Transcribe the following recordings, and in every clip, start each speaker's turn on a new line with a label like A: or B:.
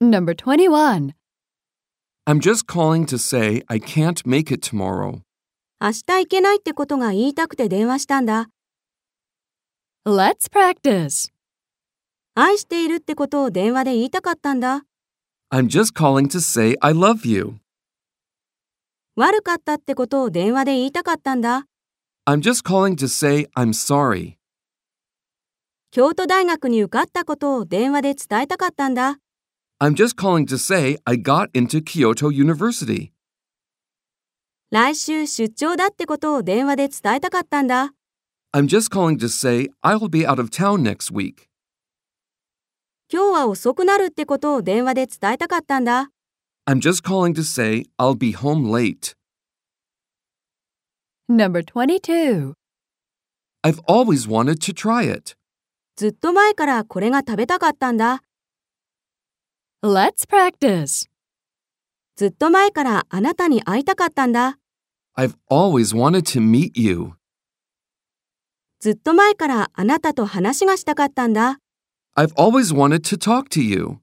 A: Number 21.
B: I'm just calling to say I can't make it tomorrow.
C: 明日行けないってことが言いたくて電話したんだ。
A: Let's practice.
C: 愛しているってことを電話で言いたかったんだ。
B: I'm just calling to say I love you.
C: 悪かったってことを電話で言いたかったんだ。
B: I'm just calling to say I'm sorry.
C: 京都大学に受かったことを電話で伝えたかったんだ。
B: I'm just calling to say I got into Kyoto University.
C: 来週出張だってことを電話で伝えたかったんだ。
B: I'm just calling to say I'll be out of town next week.
C: 今日は遅くなるってことを電話で伝えたかったんだ。
B: I'm just calling to say I'll be home late.
A: Number 22.
B: I've always wanted to try it.
C: ずっと前からこれが食べたかったんだ。
A: Let's practice.
C: ずっと前からあなたに会いたかったんだ。
B: I've always wanted to meet you.
C: ずっと前からあなたと話がしたかったんだ。
B: I've always wanted to talk to you.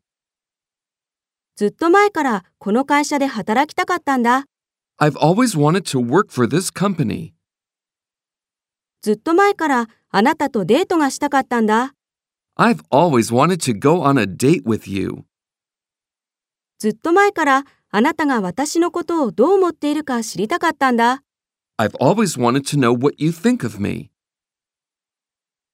C: ずっと前からこの会社で働きたかったんだ。
B: I've always wanted to work for this company.
C: ずっと前からあなたとデートがしたかったんだ。
B: I've always wanted to go on a date with you.
C: ずっと前からあなたが私のことをどう思っているか知りたかったんだ。
B: I've always wanted to know what you think of me.